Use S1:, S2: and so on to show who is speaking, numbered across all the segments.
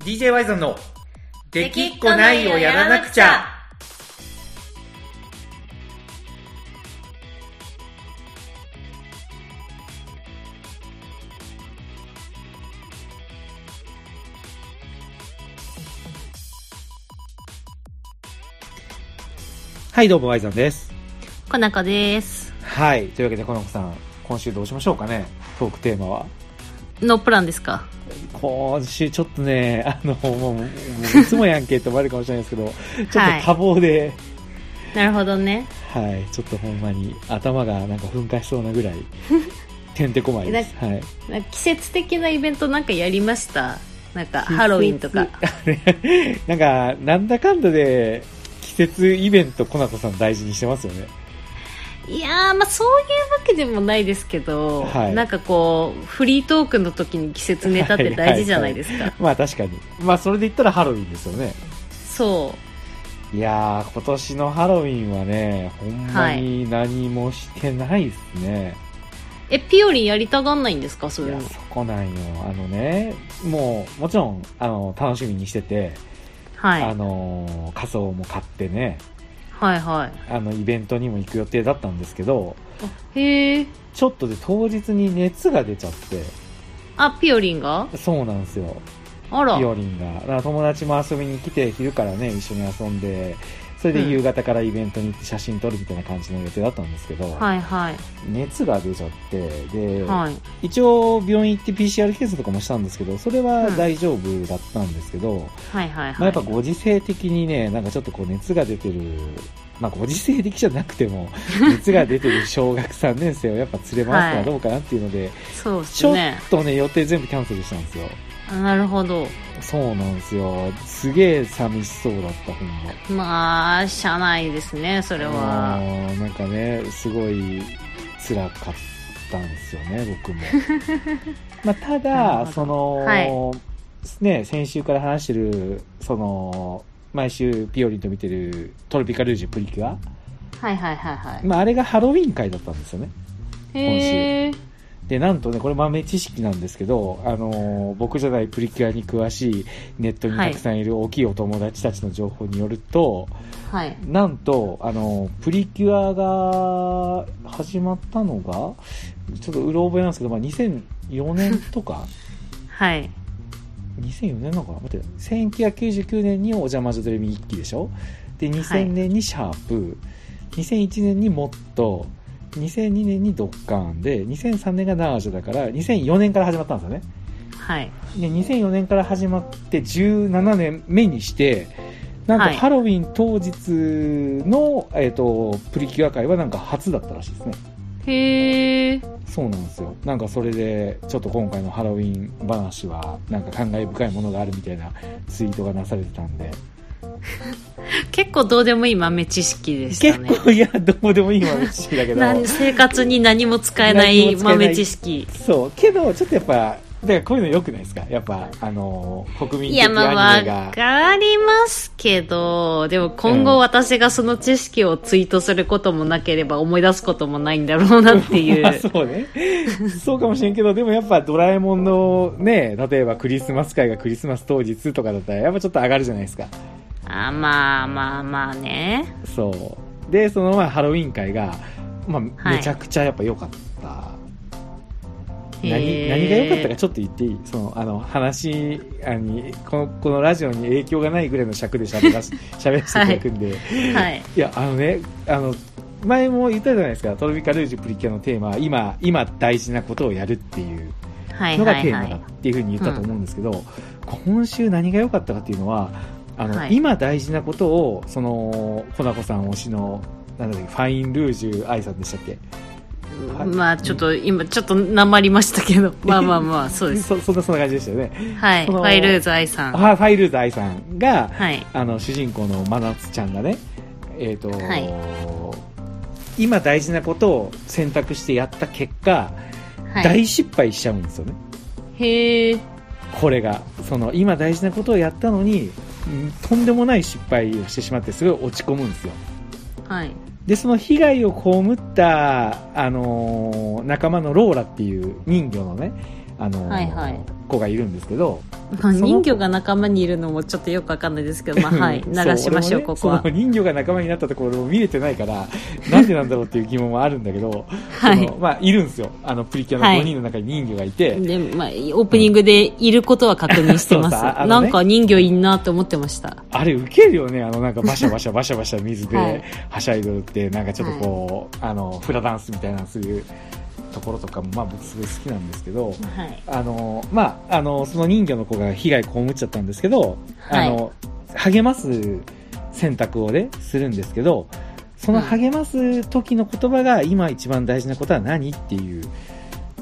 S1: DJ ワイゾンの「できっこないをやらなくちゃ」はいどうもワイゾンです
S2: こなかです
S1: はいというわけでこの子さん今週どうしましょうかねトークテーマは
S2: のプランですか
S1: 今週ちょっとね、 あの、もう、もうもういつもやんけって思われるかもしれないですけど、ちょっと多忙で、
S2: なるほどね
S1: はい、ちょっとほんまに頭がなんか噴火しそうなぐら い、てんてこまいです。はい。
S2: なんか季節的なイベントなんかやりましたなんかハロウィン とか
S1: 季節。 なんか、なんだかんだで、季節イベント、コナコさん大事にしてますよね。
S2: いやーまあそういうわけでもないですけど、
S1: はい
S2: なんかこうフリートークの時に季節ネタって大事じゃないですか、
S1: まあ確かに。まあそれで言ったらハロウィンですよね。
S2: そ
S1: いやー、今年のハロウィンはね、ほんまに何もしてないですね。
S2: うえピオリンやりたがんないんですかそう
S1: い
S2: いう
S1: や
S2: の
S1: そこなんよあのねもうもちろんあの楽しみにしてて、
S2: はい
S1: あの仮装も買ってね
S2: はいは
S1: あのイベントにも行く予定だったんですけど
S2: いへえ
S1: ちょっとで当日に熱が出ちゃって
S2: あピオリンが
S1: そうなんですよ
S2: あら
S1: ピオリンがだから友達も遊びに来て昼からね一緒に遊んでそれで夕方からイベントに行って写真撮るみたいな感じの予定だったんですけど、
S2: はいはい
S1: 熱が出ちゃってで、
S2: はい
S1: 一応病院行って PCR 検査とかもしたんですけどそれは大丈夫だったんですけど、
S2: はいはい
S1: まあ、
S2: は
S1: や
S2: い
S1: っぱご時世的にね、なんかちょっとこう熱が出てる、まあ、ご時世的じゃなくても、 熱が出てる小学3年生をやっぱ連れ回すのはどうかなっていうので、
S2: そうで
S1: ち
S2: す
S1: ょっ
S2: ね
S1: とね、予定全部キャンセルしたんですよ。
S2: あなるほど
S1: そうなんですよ。すげえ寂しそうだった、ほんま。
S2: まあ社内ですねそれ
S1: あ
S2: は
S1: ーなんかね、すごい辛かったんですよね、 僕も。まあ、た
S2: なるほ
S1: だ、
S2: ど
S1: その、
S2: はい
S1: ね、先週から話してる、その、毎週ピオリンと見てるトロピカルージュプリキュア。
S2: はいはいはいはい
S1: まあ、あれがハロウィン会だったんですよね。
S2: へえ
S1: で、なんとね、これ豆知識なんですけど、あのー僕じゃないプリキュアに詳しいネットにたくさんいる大きいお友達たちの情報によると、
S2: はい
S1: なんと、あの、プリキュアが始まったのが、ちょっとうろ覚えなんですけど、まあ、2004年とか
S2: はい。
S1: ?2004 年なのかな待って、1999年にお邪魔女ドレミ1期でしょで、2000年にシャープ、2001年にモット、2002年にドッカーンで、2003年がナージョだから、2004年から始まったんですよね。
S2: はい。
S1: で2004年から始まって17年目にしてなんか
S2: はい
S1: ハロウィン当日の、えー、とプリキュア界はなんか初だったらしいですね
S2: へえ。
S1: そうなんですよなんかそれでちょっと今回のハロウィン話はなんか感慨深いものがあるみたいなツイートがなされてたんで、
S2: 結構どうでもいい豆知識でし
S1: 結
S2: たね。
S1: 構いやどうでもいい豆知識だけど
S2: なん生活に何も使えな
S1: 何
S2: い
S1: も使えない
S2: 豆知識。
S1: そうけどちょっとやっぱだからこういうの良くないですかやっぱあの国民
S2: い
S1: 的
S2: や、まあ、
S1: アニメ
S2: わ
S1: が
S2: かりますけど、でも今
S1: う
S2: 後
S1: ん
S2: 私がその知識をツイートすることもなければ思い出すこともないんだろうなってい
S1: まあ
S2: う。
S1: そうね。そうかもしれんけど、でもやっぱドラえもんのね、例えばクリスマス会がクリスマス当日とかだったら、やっぱちょっと上がるじゃないですか。
S2: あまあまあまあね。
S1: そう。で、そのまあハロウィン会が、まあ、
S2: はい
S1: めちゃくちゃやっぱ良かった。何
S2: へー
S1: 何が良かったかちょっと言っていいそのあの話あにこのこのラジオに影響がないぐらいの尺で喋ら し喋らせていただくんで、
S2: はい。
S1: いや、あのね、あの、前も言ったじゃないですか、トロピカルージュプリキュアのテーマは、今、今大事なことをやるっていう
S2: はい
S1: のが
S2: は
S1: テ
S2: い
S1: ー
S2: は
S1: マだっ
S2: い。
S1: ていうふうに言ったと思うんですけど、今週何が良かったかっていうのは、あの、
S2: はい
S1: 今大事なことを、その、コナコさん推しの、なんだっけ、ファインルージュ愛さんでしたっけはい
S2: まあちょっと今ちょっとなまりましたけ ど。まあまあまあ、そうです。
S1: そそんな、そんな感じでしたよね。
S2: はい。
S1: そ
S2: フ
S1: の
S2: ァイルーズ愛さん。
S1: あファインルージュ愛さんが、
S2: はい。
S1: あの主人公の真夏ちゃんがね、えーと
S2: はい
S1: 今大事なことを選択してやった結果、
S2: はい。
S1: 大失敗しちゃうんですよね
S2: へえ。
S1: これがその今大事なことをやったのにうんとんでもない失敗をしてしまってすごい落ち込むんですよ
S2: はい。
S1: でその被害を被った、あのー仲間のローラっていう人魚のね、あのー
S2: はいはい
S1: 子がいるんですけど、
S2: まあ、
S1: その
S2: 人魚が仲間にいるのもちょっとよくわかんないですけど、まあ、はい
S1: そ
S2: 流しましょう
S1: 俺も
S2: こ
S1: ね
S2: こは
S1: その人魚が仲間になったところを見れてない からなんでなんだろうっていう疑問はあるんだけど、
S2: はい
S1: そのまあ、いるんですよあのプリキュアの5人の中に人魚がいて、
S2: で、まあ、オープニングでいることは確認してま
S1: そ
S2: す
S1: うさあの
S2: な
S1: ね
S2: んか人魚いんなって思ってました
S1: あれウケるよねあのなんかバシャバシャバシャバシャ水で
S2: はい
S1: はしゃいどるってなんかちょっとこう、あのフラダンスみたいなのするところとかも、まあ、僕すごい好きなんですけど。
S2: はい
S1: あのまあ、あのその人魚の子が被害被っちゃったんですけど、
S2: はい
S1: あの励ます選択をねするんですけどその励ます時の言葉が今一番大事なことは何っていう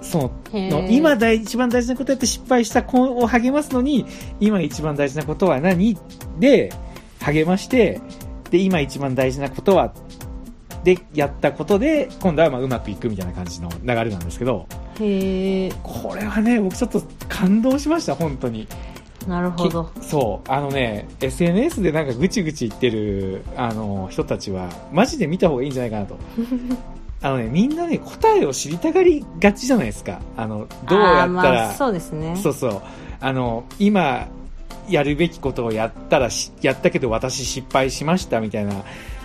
S1: その
S2: へ
S1: の
S2: ー
S1: 今大一番大事なことやって失敗した子を励ますのに今一番大事なことは何で励ましてで今一番大事なことはでやったことで今度はまあうまくいくみたいな感じの流れなんですけど。
S2: へえ
S1: これはね僕ちょっと感動しました本当に
S2: なるほど
S1: きそうあのね SNS でなんかぐちぐち言ってるあの人たちはマジで見た方がいいんじゃないかな とあのねみんなね答えを知りたがりがちじゃないですかあのどうや
S2: あー
S1: ったら
S2: まあ、そうですね
S1: そうそうあの今やるべきことをやったらしやったけど私失敗しましたみたいな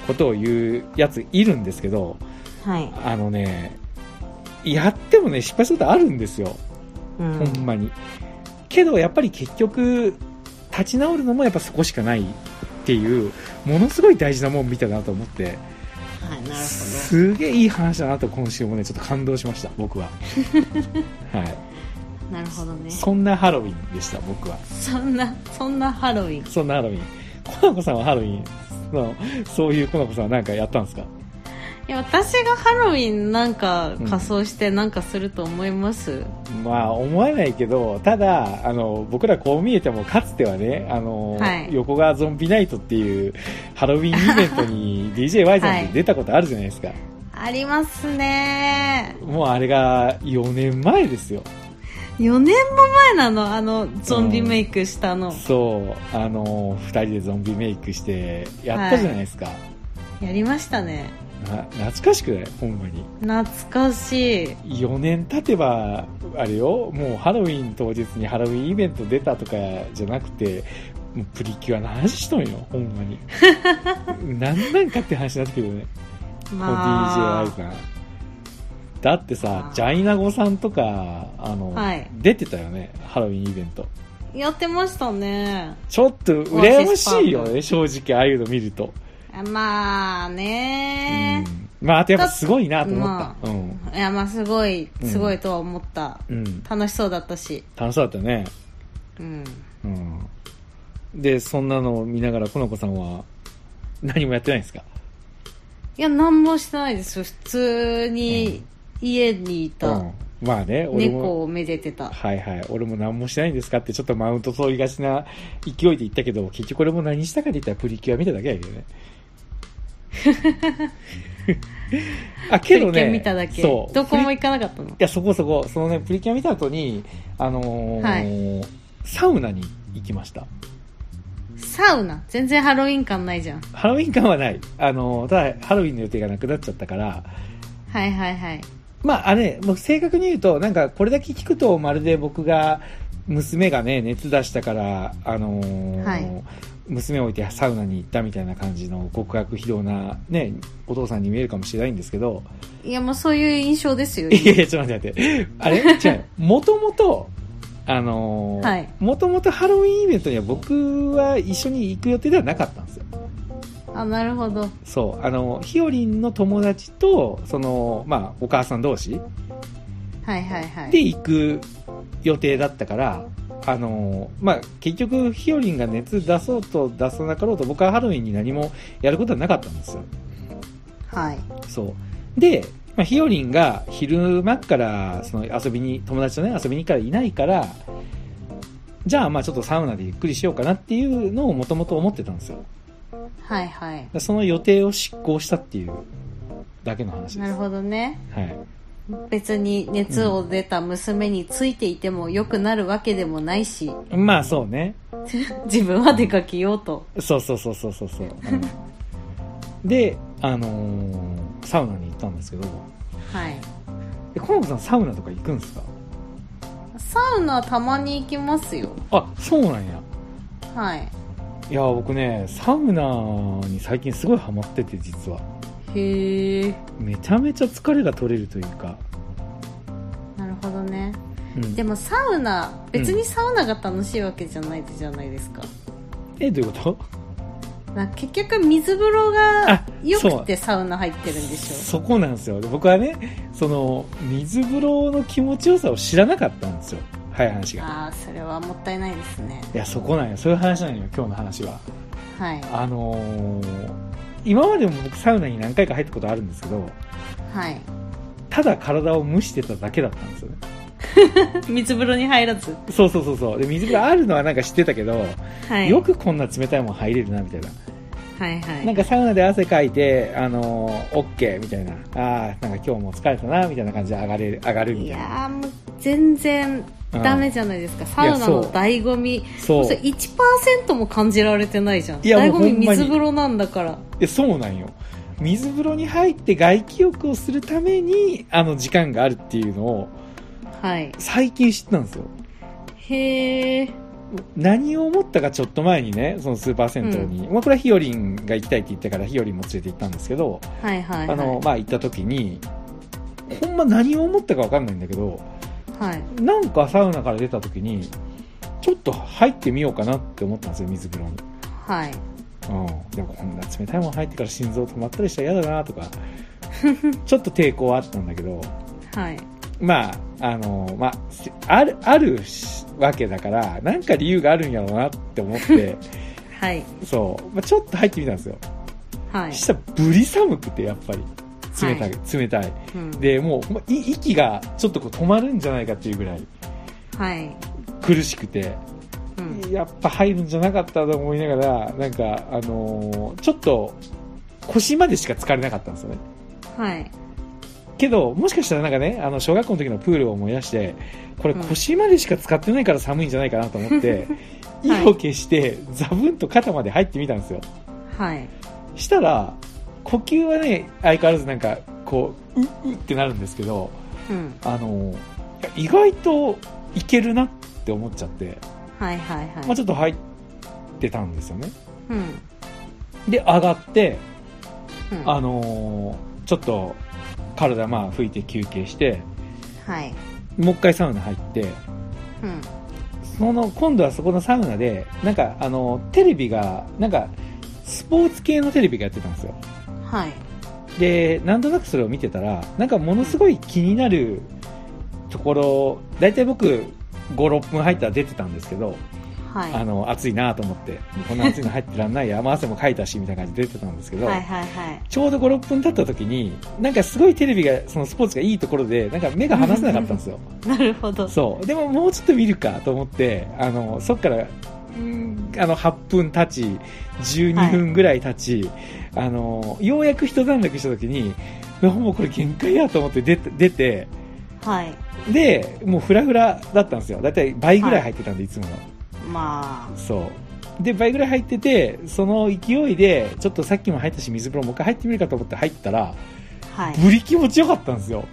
S1: ことを言うやついるんですけど
S2: はい、
S1: あのねやってもね失敗することあるんですよ
S2: うん
S1: ほんまに。けど、やっぱり結局、立ち直るのもやっぱそこしかないっていう、ものすごい大事なもん見たなと思って、
S2: はい、なるほ
S1: すげえいい話だなと今週もね、ちょっと感動しました、僕 は。はい。
S2: どなるほどね
S1: そんなハロウィンでした、僕は。
S2: そんなそんなハロウィン
S1: そんなハロウィン。コナコさんはハロウィンの、そういうコナコさんはなんかやったんですか
S2: いや私がハロウィンなんか仮装してなんかすると思います、
S1: まあ思わないけどただあの僕らこう見えてもかつてはねあの、
S2: はい
S1: 横川ゾンビナイトっていうハロウィンイベントに DJY さんって出たことあるじゃないですか、
S2: ありますね
S1: もうあれが4年前ですよ
S2: 4年も前なのあのゾンビメイクしたの、
S1: そうあの2人でゾンビメイクしてやったじゃないですか、
S2: やりましたね
S1: な懐かしくないほんまに
S2: 懐かしい
S1: 4年経てばあれよもうハロウィン当日にハロウィンイベント出たとかじゃなくてもうプリキュアの話しとんよほんま に何なんかって話になってくるよねこの DJI さんだってさ
S2: あー
S1: ジャイナゴさんとかあの、
S2: はい
S1: 出てたよねハロウィンイベント
S2: やってましたね
S1: ちょっと羨ましいよ
S2: オア
S1: ね正直ああいうの見ると、
S2: あまあね
S1: うんまああとやっぱすごいなと思った、
S2: だっ
S1: うん
S2: いやまあすごい
S1: うん
S2: すごいとは思った、
S1: うん
S2: 楽しそうだったし
S1: 楽しそうだったよね
S2: うん
S1: うんでそんなのを見ながらこの子さんは何もやってないんですか
S2: いや何もしてないです普通に家にいた、
S1: うん、まあね俺も
S2: 猫をめでてた
S1: はいはい俺も何もしないんですかってちょっとマウント取りがちな勢いで言ったけど結局俺も何したかって言ったらプリキュア見ただけやけど ねあけど
S2: プリキュ
S1: ね
S2: ア見ただけ
S1: そう
S2: どこも
S1: プリ
S2: 行かなかったの
S1: いやそこそこそのねプリキュア見た後にあのーサウナに行きました
S2: サウナ全然ハロウィン感ないじゃん
S1: ハロウィン感はないあのーただハロウィンの予定がなくなっちゃったから
S2: はいはいはい
S1: まああれ、僕正確に言うと、なんかこれだけ聞くとまるで僕が、娘がね、熱出したから、あのー
S2: はい
S1: 娘を置いてサウナに行ったみたいな感じの極悪非道なね、お父さんに見えるかもしれないんですけど、
S2: いやもうそういう印象ですよ
S1: いやいや、ちょっと待って待って。あれ 違う。もともと、あの
S2: は
S1: ー
S2: い
S1: もともとハロウィンイベントには僕は一緒に行く予定ではなかったんですよ。
S2: あなるほど
S1: そう。あの、ひよりんの友達と、その、まあ、お母さん同士
S2: はいはいはい
S1: で行く予定だったから、あのーまあ、結局、ひよりんが熱出そうと出さなかろうと、僕はハロウィンに何もやることはなかったんですよ。
S2: はい
S1: そう。で、まあ、ひよりんが昼間っから、その遊びに、友達とね、遊びに行くからいないから、じゃあ、まあちょっとサウナでゆっくりしようかなっていうのをもともと思ってたんですよ。だか
S2: はいはい
S1: らその予定を執行したっていうだけの話です。
S2: なるほどね
S1: はい。
S2: 別に熱を出た娘についていても良くなるわけでもないし
S1: まあそうね。
S2: 自分は出かけようと
S1: そうそうそうそうそうそう。うんで、あのーサウナに行ったんですけど、
S2: はい
S1: え、コナコさんサウナとか行くんですか
S2: ササウナたまに行きますよ。
S1: あそうなんや
S2: はい。
S1: いや僕ねサウナに最近すごいハマってて実は
S2: へえ。
S1: めちゃめちゃ疲れが取れるというか、
S2: なるほどね。
S1: うん
S2: でもサウナ、別にサウナが楽しいわけじゃないじゃないですか。
S1: えどういうこと
S2: なんか結局水風呂が
S1: あ
S2: 良
S1: そ
S2: く
S1: う
S2: てサウナ入ってるんでしょ
S1: そこなんですよで僕はねその水風呂の気持ちよさを知らなかったんですよ早い話が
S2: ああそれはもったいないですね
S1: いやそこなんよそういう話なんよ今日の話は
S2: はい
S1: あのー今までも僕サウナに何回か入ったことあるんですけど
S2: はい
S1: ただ体を蒸してただけだったんですよね
S2: 水風呂に入らず
S1: そうそうそうそうで水風呂あるのはなんか知ってたけど、
S2: はい
S1: よくこんな冷たいもん入れるなみたいな
S2: はいはい
S1: なんかサウナで汗かいて、あのー、オッケーみたいな、ああ、なんか今日も疲れたな、みたいな感じで上がれる、上がるみ
S2: い
S1: たいな。
S2: やーもう全然
S1: うん
S2: ダメじゃないですか、サウナの醍醐味
S1: そう。
S2: それ1%も感じられてないじゃん
S1: いや
S2: 醍
S1: もう
S2: 醐
S1: ほんま
S2: 味
S1: に
S2: 水風呂なんだから
S1: えそうなんよ。水風呂に入って外気浴をするために、あの時間があるっていうのを、
S2: はい
S1: 最近知ったんですよ。
S2: へえ
S1: 何を思ったかちょっと前にね、そのスーパー銭湯に、まあこれはヒヨリンが行きたいって言ったからヒヨリンも連れて行ったんですけど、
S2: はいはいはい
S1: あの、まあ行った時に、ほんま何を思ったかわかんないんだけど、
S2: はい
S1: なんかサウナから出た時に、ちょっと入ってみようかなって思ったんですよ、水風呂に。
S2: はい
S1: うん。でもこんな冷たいもん入ってから心臓止まったりしたら嫌だなと か、ちょっと抵抗はあったんだけど、
S2: はい
S1: まあ、あの、まあ、せある、あるしわけだから、なんか理由があるんやろうなって思って、
S2: はい
S1: そう、まあ、ちょっと入ってみたんですよ。
S2: はい
S1: したらぶり寒くて、やっぱり。冷たい、
S2: は
S1: 冷たい。
S2: うん
S1: で、もう、ほんまい息がちょっとこう止まるんじゃないかっていうぐらい
S2: はい
S1: 苦しくて、
S2: うん
S1: やっぱ入るんじゃなかったと思いながら、なんか、あのーちょっと、腰までしか疲れなかったんですよね。
S2: はい
S1: けど、もしかしたらなんかね、あの、小学校の時のプールを思い出して、これ腰までしか使ってないから寒いんじゃないかなと思 って、
S2: うんはい
S1: 意を消して、ザブンと肩まで入ってみたんですよ。
S2: はい
S1: したら、呼吸はね、相変わらずなんか、こう、う、うってなるんですけど、
S2: うん
S1: あのーいや意外といけるなって思っちゃって、
S2: はいはいはい
S1: まあちょっと入ってたんですよね。
S2: うん
S1: で、上がって、
S2: うん
S1: あのーちょっと体まあ拭いて休憩して、
S2: はい
S1: もう一回サウナ入って、
S2: うん
S1: その、今度はそこのサウナで、なんかあのーテレビが、なんか、スポーツ系のテレビがやってたんですよ。
S2: はい
S1: で、なんとなくそれを見てたら、なんかものすごい気になるところ、だいたい僕、5、6分入ったら出てたんですけど、
S2: はい
S1: あの、暑いなと思って、こんな暑いの入ってらん ないや、まあ汗もかいたし、みたいな感じで出てたんですけど、
S2: はいはいはい
S1: ちょうど5、6分経った時に、なんかすごいテレビが、そのスポーツがいいところで、なんか目が離せなかったんですよ。
S2: なるほど
S1: そう。でももうちょっと見るかと思って、あの、そっから、うんあの、8分経ち、12分ぐらい経ち、あの、ようやく一段落した時に、うわもうこれ限界やと思って出て、出て、
S2: はい
S1: で、もうフラフラだったんですよ。だいたい倍ぐらい入ってたんで、いつもの。
S2: ま
S1: そう。で、倍ぐらい入ってて、その勢いで、ちょっとさっきも入ったし、水風呂もう一回入ってみるかと思って入ったら、
S2: あはい
S1: ブリ気持ちよかったんですよ。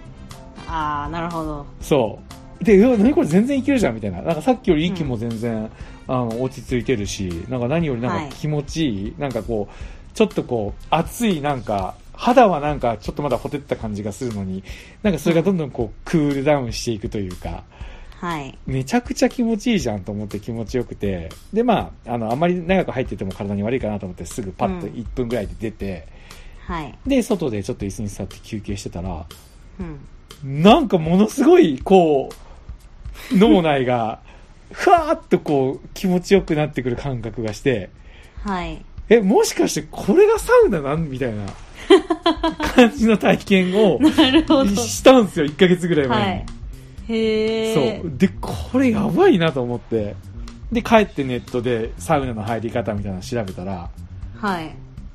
S2: ああなるほど
S1: そう。で、うわ、何これ全然いけるじゃんみたいな。なんかさっきより息も全然、あの落ち着いてるし、なんか何よりなん
S2: はい
S1: か気持ちいい、なんかこう、ちょっとこう、熱いなんか、肌はなんかちょっとまだほてった感じがするのに、なんかそれがどんどんこう、クールダウンしていくというか、
S2: はい
S1: めちゃくちゃ気持ちいいじゃんと思って気持ちよくて、で、まあ、あの、あまり長く入ってても体に悪いかなと思ってすぐパッと
S2: うん
S1: 1分ぐらいで出て、
S2: はい
S1: で、外でちょっと椅子に座って休憩してたら、
S2: うん
S1: なんかものすごい、こう、脳内が、ふわーっとこう、気持ちよくなってくる感覚がして、
S2: はい
S1: え、もしかしてこれがサウナなんみたいな感じの体験を
S2: なるほど
S1: したんですよ、1ヶ月ぐらい
S2: は
S1: 前
S2: い
S1: に。
S2: へえ
S1: そう。で、これやばいなと思って、で、帰ってネットでサウナの入り方みたいなの調べたら、
S2: はい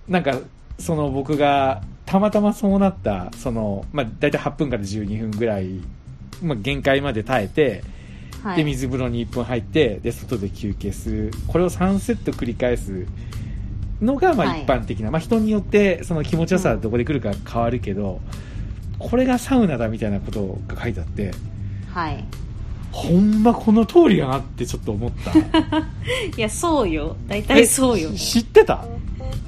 S1: なんか、その僕が、たまたまそうなった、その、まあ、だいたい8分から12分ぐらい、まあ、限界まで耐えて、
S2: は
S1: で
S2: い
S1: 水風呂に1分入ってで外で休憩するこれを3セット繰り返すのがまあ
S2: はい
S1: 一般的な、まあ、人によってその気持ちよさはどこで来るか変わるけど、これがサウナだみたいなことが書いてあって
S2: はい
S1: ほんまこの通りやなってちょっと思った
S2: いや、そうよ。大 体そうよ
S1: え。し知ってた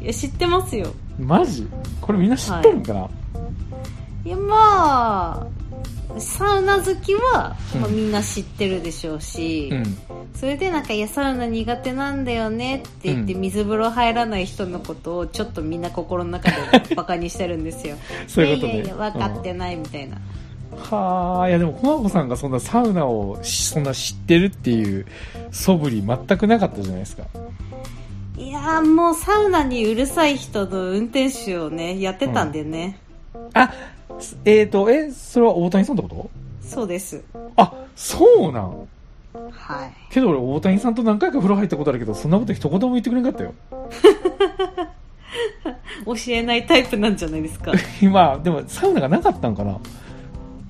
S2: いや、知ってますよ。
S1: マジこれみんな知っとるんかな、
S2: いや、まあ、サウナ好きは、
S1: うん
S2: まあ、みんな知ってるでしょうし、
S1: うん
S2: それでなんか、いや、サウナ苦手なんだよねって言って、
S1: うん
S2: 水風呂入らない人のことを、ちょっとみんな心の中でバカにしてるんですよ。
S1: そういうことね
S2: やいやいや、分かってないみたいな。
S1: はあいやでも駒子さんがそんなサウナをしそんな知ってるっていう素振り全くなかったじゃないですか
S2: いやーもうサウナにうるさい人の運転手をね、やってたんでね。
S1: あすえっ、とえそれは大谷さんってこ
S2: そうです。
S1: とあそうなん
S2: はい。
S1: けど俺大谷さんと何回か風呂入ったことあるけどそんなこと一言も言ってくれなかったよ
S2: 教えないタイプなんじゃないです か。
S1: まあでもサウナがなかったんかな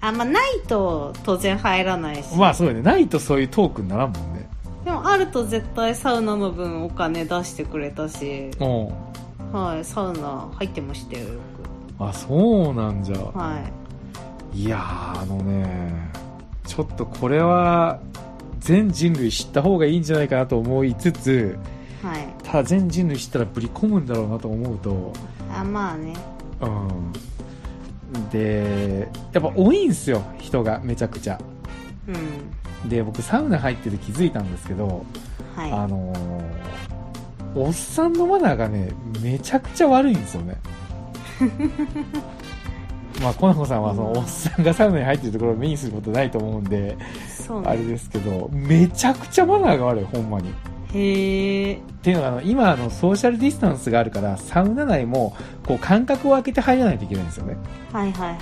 S2: あ、まあ、ないと当然入らないし。
S1: まあそうよねないとそういうトークにならんもんね
S2: でもあると絶対サウナの分お金出してくれたし、
S1: う
S2: はい、サウナ入ってましたよ、よ
S1: んあそうなんじゃ
S2: く。はい
S1: やーあのねちょっとこれは全人類知った方がいいんじゃないかなと思いつつ
S2: い。はい。
S1: ただ全人類知ったらぶり込むんだろうなと思うと
S2: あ、まあね。
S1: うんでやっぱ多いんすよ人がめちゃくちゃ
S2: うん。
S1: で僕サウナ入ってて気づいたんですけど、あ
S2: は
S1: のーおっさんのマナーがねめちゃくちゃ悪いんですよね まあコナコさんはそのおっさんがサウナに入ってるところを目にすることないと思うんで
S2: い。そう
S1: あれ
S2: ね。
S1: ですけどめちゃくちゃマナーが悪いほんまにっ
S2: へえ。
S1: ていうのはあの今あのソーシャルディスタンスがあるからサウナ内もこう間隔を空けて入らないといけないんですよね
S2: はいはいはいは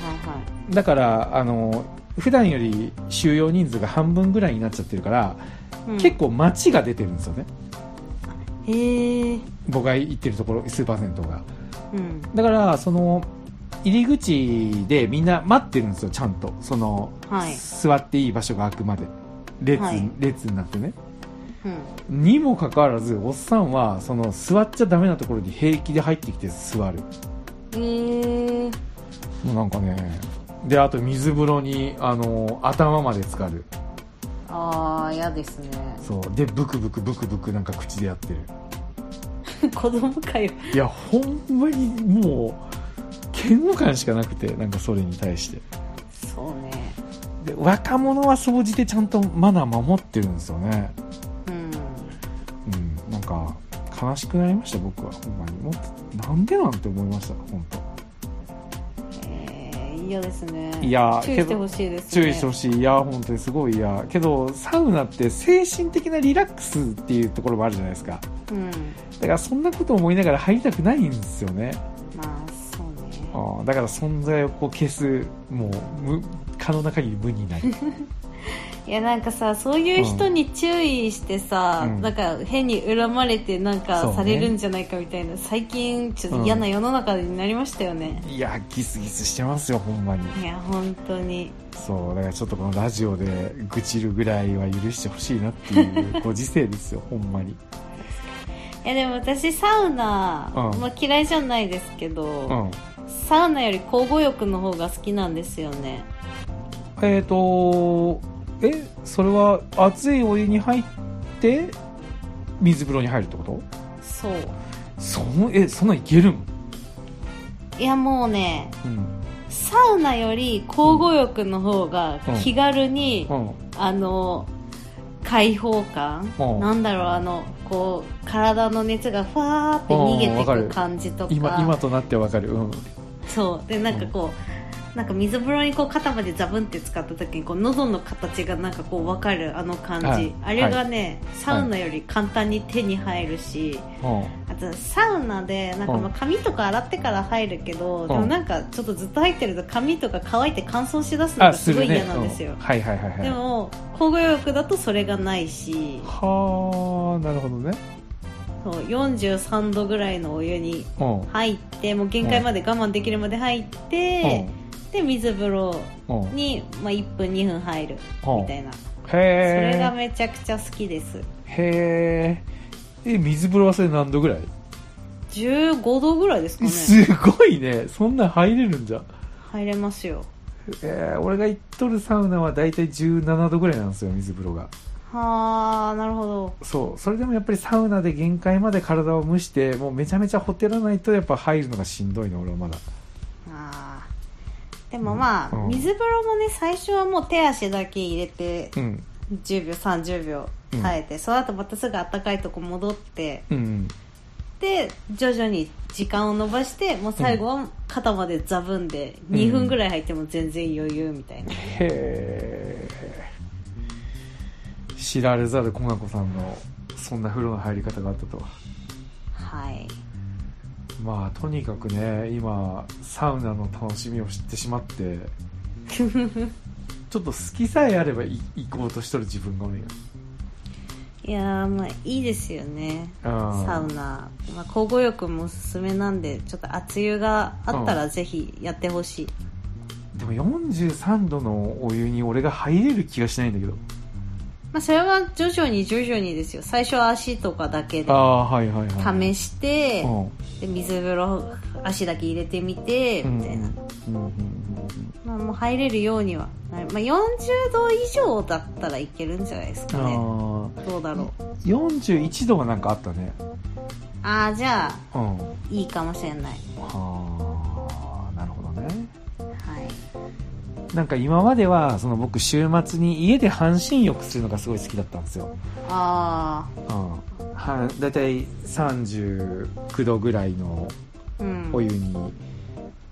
S1: だからあの普段より収容人数が半分ぐらいになっちゃってるから、
S2: い。うん
S1: 結。構街が出てるんですよね
S2: へえ。
S1: 僕が行ってるところスーパー銭湯が
S2: うん。
S1: だからその入り口でみんな待ってるんですよちゃんとその、
S2: はい
S1: 座っていい場所が空くまで列,、
S2: はい
S1: 列になってね
S2: うん。
S1: にもかかわらずおっさんはその座っちゃダメなところに平気で入ってきて座る
S2: へえ。
S1: もうなんかねであと水風呂にあの頭まで浸かる
S2: ああ、嫌ですね。
S1: そうでブクブクブクブクなんか口でやってる
S2: 子供かよ。
S1: いやほんまにもう嫌悪感しかなくてなんかそれに対して
S2: そうね。
S1: で若者は総じてちゃんとマナー守ってるんですよね
S2: うん。
S1: うんなんか悲しくなりました僕はほんまにもっとなんでなんて思いました本当
S2: ええ、嫌ですね。
S1: いや
S2: 注意してほしいですね。
S1: 注意してほしいいや本当にすごいいやけどサウナって精神的なリラックスっていうところもあるじゃないですか
S2: うん。
S1: だからそんなこと思いながら入りたくないんですよね
S2: まあ、そうね。
S1: ああだから存在をこう消すもう無可能な限り無になる
S2: いやなんかさそういう人に注意してさ、
S1: うん
S2: なんか変に恨まれてなん
S1: そう
S2: か
S1: ね
S2: されるんじゃないかみたいな、最近ちょっと嫌な世の中になりましたよね、
S1: いやギスギスしてますよほんまに
S2: いや本当に
S1: そうだからちょっとこのラジオで愚痴るぐらいは許してほしいなっていうご時世ですよほんまに
S2: いやでも私サウナ、
S1: うん
S2: まあ、嫌いじゃないですけ
S1: う
S2: ど、
S1: ん
S2: サウナより交互浴の方が好きなんですよね
S1: えっ、とえそれは熱いお湯に入って水風呂に入るってこと
S2: そう
S1: そのえそんなんいけるん、
S2: いやもうね
S1: うん
S2: サウナより交互浴の方が気軽に、
S1: うん、
S2: あの開放感、
S1: うん
S2: なんだろうあのこう体の熱がふわーって逃
S1: うんわか
S2: げて
S1: る
S2: く感じとか
S1: 今今となってわかる、うん、
S2: そうでなんかこう、なんか水風呂にこう肩までザブンって使った時にこう喉の形がなんかこう分かるあの感じ、
S1: はい
S2: あれがね、サウナより簡単に手に入るし、
S1: うん
S2: あとサウナでなんかま
S1: う
S2: あ
S1: ん
S2: 髪とか洗ってから入るけど、
S1: ん
S2: でもなんかちょっとずっと入ってると髪とか乾いて乾燥しだすのがすごい嫌なんですよ
S1: うはいはいはいはい
S2: でも交互浴だとそれがないし
S1: はあなるほどね
S2: そう43度ぐらいのお湯に
S1: うん
S2: 入ってもう限界まで我慢できるまで入って、で水風呂
S1: うんうん
S2: に、まあ、1分2分入るみたいな、それが
S1: へ
S2: めちゃくちゃ好きです
S1: えへええ水風呂はそれ何度ぐらい
S2: 15度ぐらいですかね
S1: すごいねそんなん入れるんじゃ
S2: 入れますよ
S1: えー俺が行っとるサウナは大体17度ぐらいなんですよ水風呂が
S2: はあなるほど
S1: そうそれでもやっぱりサウナで限界まで体を蒸してもうめちゃめちゃほてらないとやっぱ入るのがしんどいの俺はまだ
S2: あーでもまあ、
S1: うん
S2: 水風呂もね最初はもう手足だけ入れて
S1: うん
S2: 10秒30秒
S1: うん
S2: 耐えて、その後またすぐ暖かいとこ戻って
S1: うん
S2: で徐々に時間を延ばしてもう最後は肩までザブンで
S1: うん
S2: 2分ぐらい入っても全然余裕みたいな、
S1: へえ知られざるコナコさんのそんな風呂の入り方があったとは
S2: はい
S1: まあとにかくね今サウナの楽しみを知ってしま ってちょっと好きさえあればい行こうとしとる自分がおるよ
S2: いやーまあいいですよねサ
S1: サ
S2: ウナ、まあ、交互浴もおすすめなんでちょっと熱湯があったらぜひやってほしい、
S1: でも43度のお湯に俺が入れる気がしないんだけど
S2: まあ、それは徐々に徐々にですよ最初は足とかだけで
S1: ああはいはいはい
S2: 試して、
S1: うん
S2: で水風呂足だけ入れてみてみたいな、
S1: うんうんうん
S2: まあ、もう入れるようにはなる、まあ、40度以上だったらいけるんじゃないです
S1: う
S2: かね
S1: んあ
S2: どうだろう
S1: ー41度はなんかあったね
S2: ああじゃあ
S1: うん
S2: いいかもしれない
S1: ああなるほどね
S2: はい
S1: なんか今まではその僕週末に家で半身浴するのがすごい好きだったんですよ、
S2: あ
S1: うん、はだいたい39度ぐらいの
S2: あうん
S1: お湯に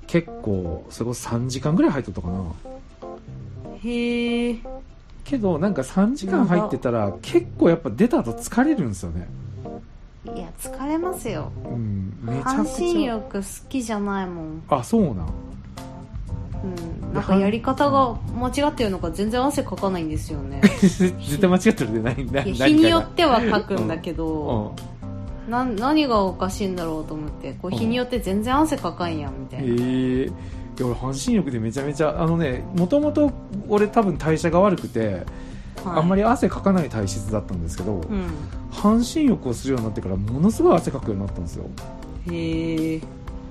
S1: 結構それこそ3時間ぐらい入っとったかな
S2: へえ
S1: けどなんか3時間入ってたら結構やっぱ出た後疲れるんですよね
S2: いや疲れますよ
S1: うんめちゃ
S2: 半
S1: く
S2: 身
S1: ちゃ
S2: 浴好きじゃないもん、
S1: あそうなん
S2: うん、なんかやり方が間違ってるのか全然汗かかないんですよね
S1: 絶対間違ってるでないない 何
S2: や日によ
S1: か
S2: ってはかくんだけ
S1: な
S2: ど、な何がおかしいんだろうと思ってこう日によって全然汗かかんやんみたいな、
S1: ええいや俺半身浴でめちゃめちゃあのねもともと俺多分代謝が悪くて、
S2: はい
S1: あんまり汗かかない体質だったんですけど、
S2: うん
S1: 半身浴をするようになってからものすごい汗かくようになったんですよ
S2: へえ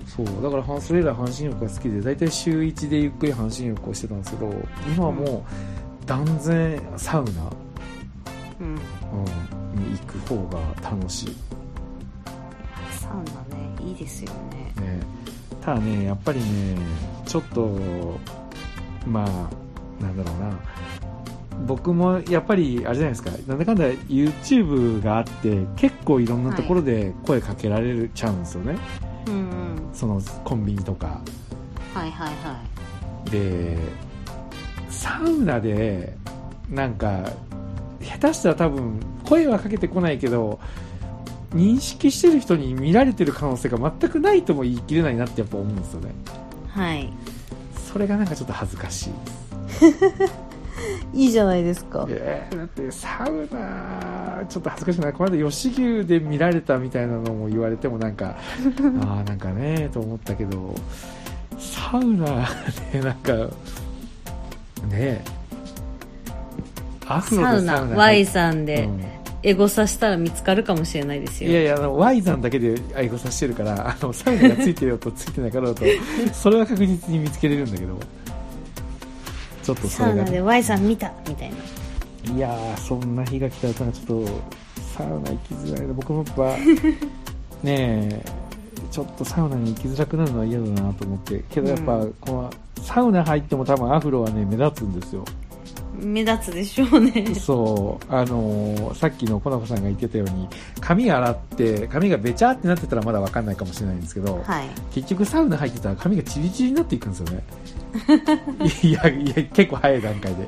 S1: そうだから半それ以来半身浴が好きで大体週1でゆっくり半身浴をしてたんですけど今はもう断然サウナ、
S2: う
S1: う
S2: ん
S1: ん、に行く方が楽しい
S2: サウナねいいですよね
S1: ね、ただねやっぱりねちょっとまあなんだろうな僕もやっぱりあれじゃないですかなんだかんだ YouTube があって結構いろんなところで声かけられるちゃうんですよね、
S2: うんうん
S1: そのコンビニとか
S2: はいはいはい
S1: でサウナでなんか下手したら多分声はかけてこないけど認識してる人に見られてる可能性が全くないとも言い切れないなってやっぱ思うんですよね
S2: はい
S1: それがなんかちょっと恥ずかしい
S2: いいじゃないですか
S1: えーだってサウナちょっと恥ずかしくないこの間吉牛で見られたみたいなのも言われてもなん かああなんかねと思ったけどサウナでなんかねえアフロで
S2: サウ
S1: サ
S2: ナ
S1: ウナ
S2: Y さんで
S1: うん
S2: エゴさしたら見つかるかもしれないですよ
S1: いやいやあの Y さんだけで愛護させてるからあのサウナがついてるよとついてないから とそれは確実に見つけれるんだけどちょっとそ
S2: サ
S1: れ
S2: ウ
S1: が
S2: ナ
S1: ね
S2: で Y さん見たみたいない
S1: やーそんな日が来たらなんかちょっとサウナ行きづらいな僕もやっ ぱねえちょっとサウナに行きづらくなるのは嫌だなと思ってけどやっぱ、
S2: うん
S1: このサウナ入っても多分アフロはね目立つんですよ
S2: 目立つでしょうね
S1: そうあのーさっきのコナコさんが言ってたように髪洗って髪がべちゃってなってたらまだわかんないかもしれないんですけど、
S2: はい
S1: 結局サウナ入ってたら髪がチリチリになっていくんですよ ねいやいや結構早い段階で、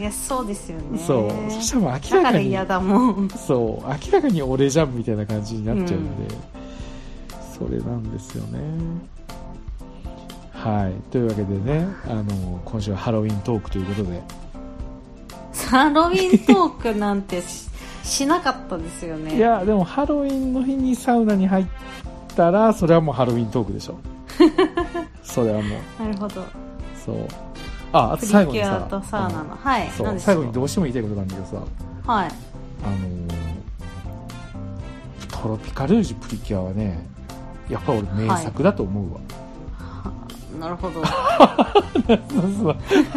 S2: いやそうですよね
S1: そうそしたらもう明
S2: だ
S1: ら
S2: か
S1: からに
S2: 嫌だもん
S1: そう明らかに俺じゃんみたいな感じになっちゃうんで、それなんですよねはいというわけでねあの今週はハロウィントークということで
S2: ハロウィントークなんてししなかったですよね
S1: いやでもハロウィンの日にサウナに入ったらそれはもうハロウィントーク でしょそれはもう
S2: なるほど
S1: そうああと
S2: プリ
S1: 最後
S2: キ
S1: に
S2: ュア
S1: さ
S2: とサウナ
S1: あ
S2: のはい
S1: のそ
S2: 何
S1: う
S2: でしょ
S1: 最後にどうしても言いたいことなんだけどさ
S2: は
S1: あ
S2: い
S1: のートロピカルージュプリキュアはねやっぱ俺名作だと思うわ、
S2: はうなるほど
S1: あ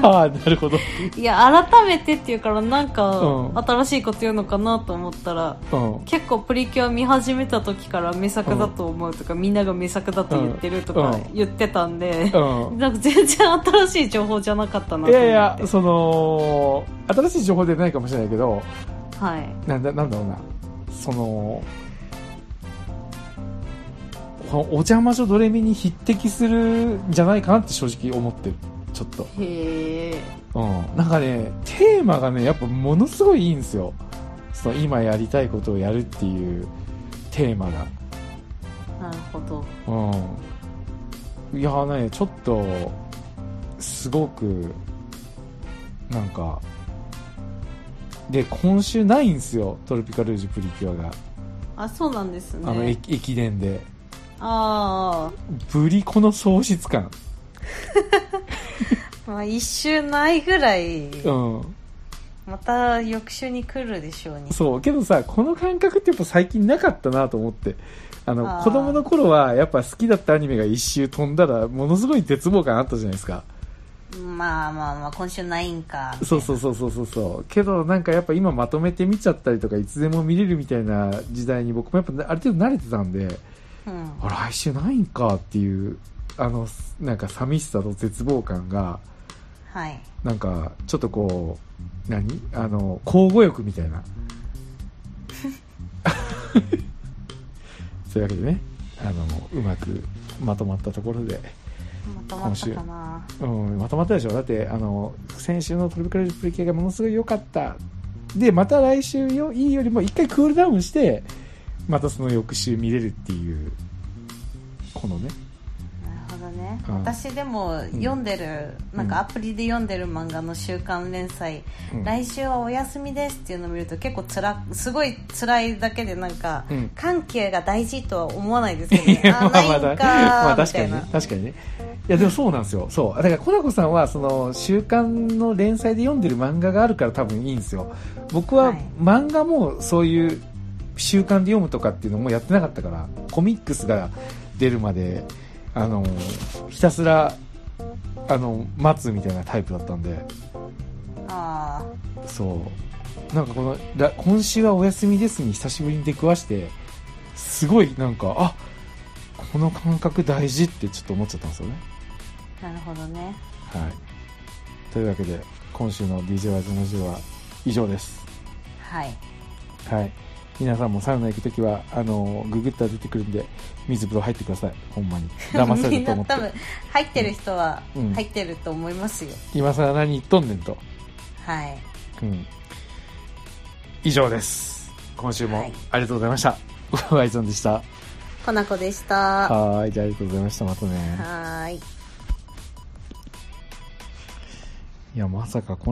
S1: あなるほど、
S2: いや改めてっていうからなんか、
S1: うん
S2: 新しいこと言うのかなと思ったら
S1: うん、
S2: 結構プリキュア見始めた時から名作だと思うとか、みんなが名作だと言ってると
S1: う
S2: か
S1: ん
S2: 言ってたんで、
S1: うん
S2: なんか全然新しい情報じゃなかったなと思っ
S1: い
S2: て
S1: やいやその新しい情報でないかもしれないけど
S2: はい
S1: なんだなんだろうなそのこのお邪魔女ドレミに匹敵するんじゃないかなって正直思ってるちょっと、
S2: へえ
S1: うん、なんかねテーマがねやっぱものすごいいいんですよその今やりたいことをやるっていうテーマが
S2: なるほど
S1: うん、いやねちょっとすごくなんかで今週ないんですよトロピカルージュプリキュアが、
S2: あそうなんです
S1: あの
S2: ね
S1: 駅駅伝で
S2: あ
S1: ブリコの喪失感
S2: あまあ一周ないぐらい、
S1: うん
S2: また翌週に来るでしょうね
S1: そうけどさこの感覚ってやっぱ最近なかったなと思ってあの
S2: あー
S1: 子供の頃はやっぱ好きだったアニメが一周飛んだらものすごい絶望感あったじゃないですか
S2: まあまあまあ今週ないんか
S1: そうそうそうそうそうそうけどなんかやっぱ今まとめて見ちゃったりとかいつでも見れるみたいな時代に僕もやっぱある程度慣れてたんで
S2: うん
S1: あ来週ないんかっていうあのなんか寂しさと絶望感が
S2: はい
S1: なんかちょっとこう何あの交互欲みたいなそういうわけでねあのうまくまとまったところで
S2: まとまったかな
S1: うん、まとまったでしょだってあの先週のトリプルプリキュアがものすごい良かったでまた来週よいいよりも一回クールダウンしてまたその翌週見れるっていうこのね
S2: なるほどね、
S1: うん
S2: 私でも読んでる、
S1: うん
S2: なんかアプリで読んでる漫画の週刊連載、
S1: うん
S2: 来週はお休みですっていうのを見ると結構つらすごい辛いだけでなんか、
S1: うん
S2: 緩急が大事とは思わないですけ ど、ね、あないんかーみたいな、
S1: まあ確かにね確かにねいやでもそうなんですよそうだからコナコさんはその週刊の連載で読んでる漫画があるから多分いいんですよ僕は
S2: はい
S1: 漫画もそういう週刊で読むとかっていうのもやってなかったからコミックスが出るまであのひたすらあの待つみたいなタイプだったんで
S2: あ
S1: そうなんかこのら「今週はお休みです」に久しぶりに出くわしてすごいなんかあこの感覚大事ってちょっと思っちゃったんですよね
S2: あなるほどね
S1: はいというわけで今週の d j y ズの字は以上です
S2: はい
S1: はい皆さんもサウナ行く時はあのググったら出てくるんで水風呂入ってくださいほんまに騙され
S2: み
S1: る
S2: ん
S1: と
S2: な
S1: 思っ
S2: 多分
S1: て
S2: 入ってる人は
S1: うん
S2: 入ってると思いますよ、
S1: 今更何言っとんねんと
S2: はい
S1: うん以上です今週も
S2: はい
S1: ありがとうございました、おワイゾンでした
S2: コナコでしたは
S1: はい、じゃあありがとうございました。またね。
S2: ーい
S1: いや、まさかこの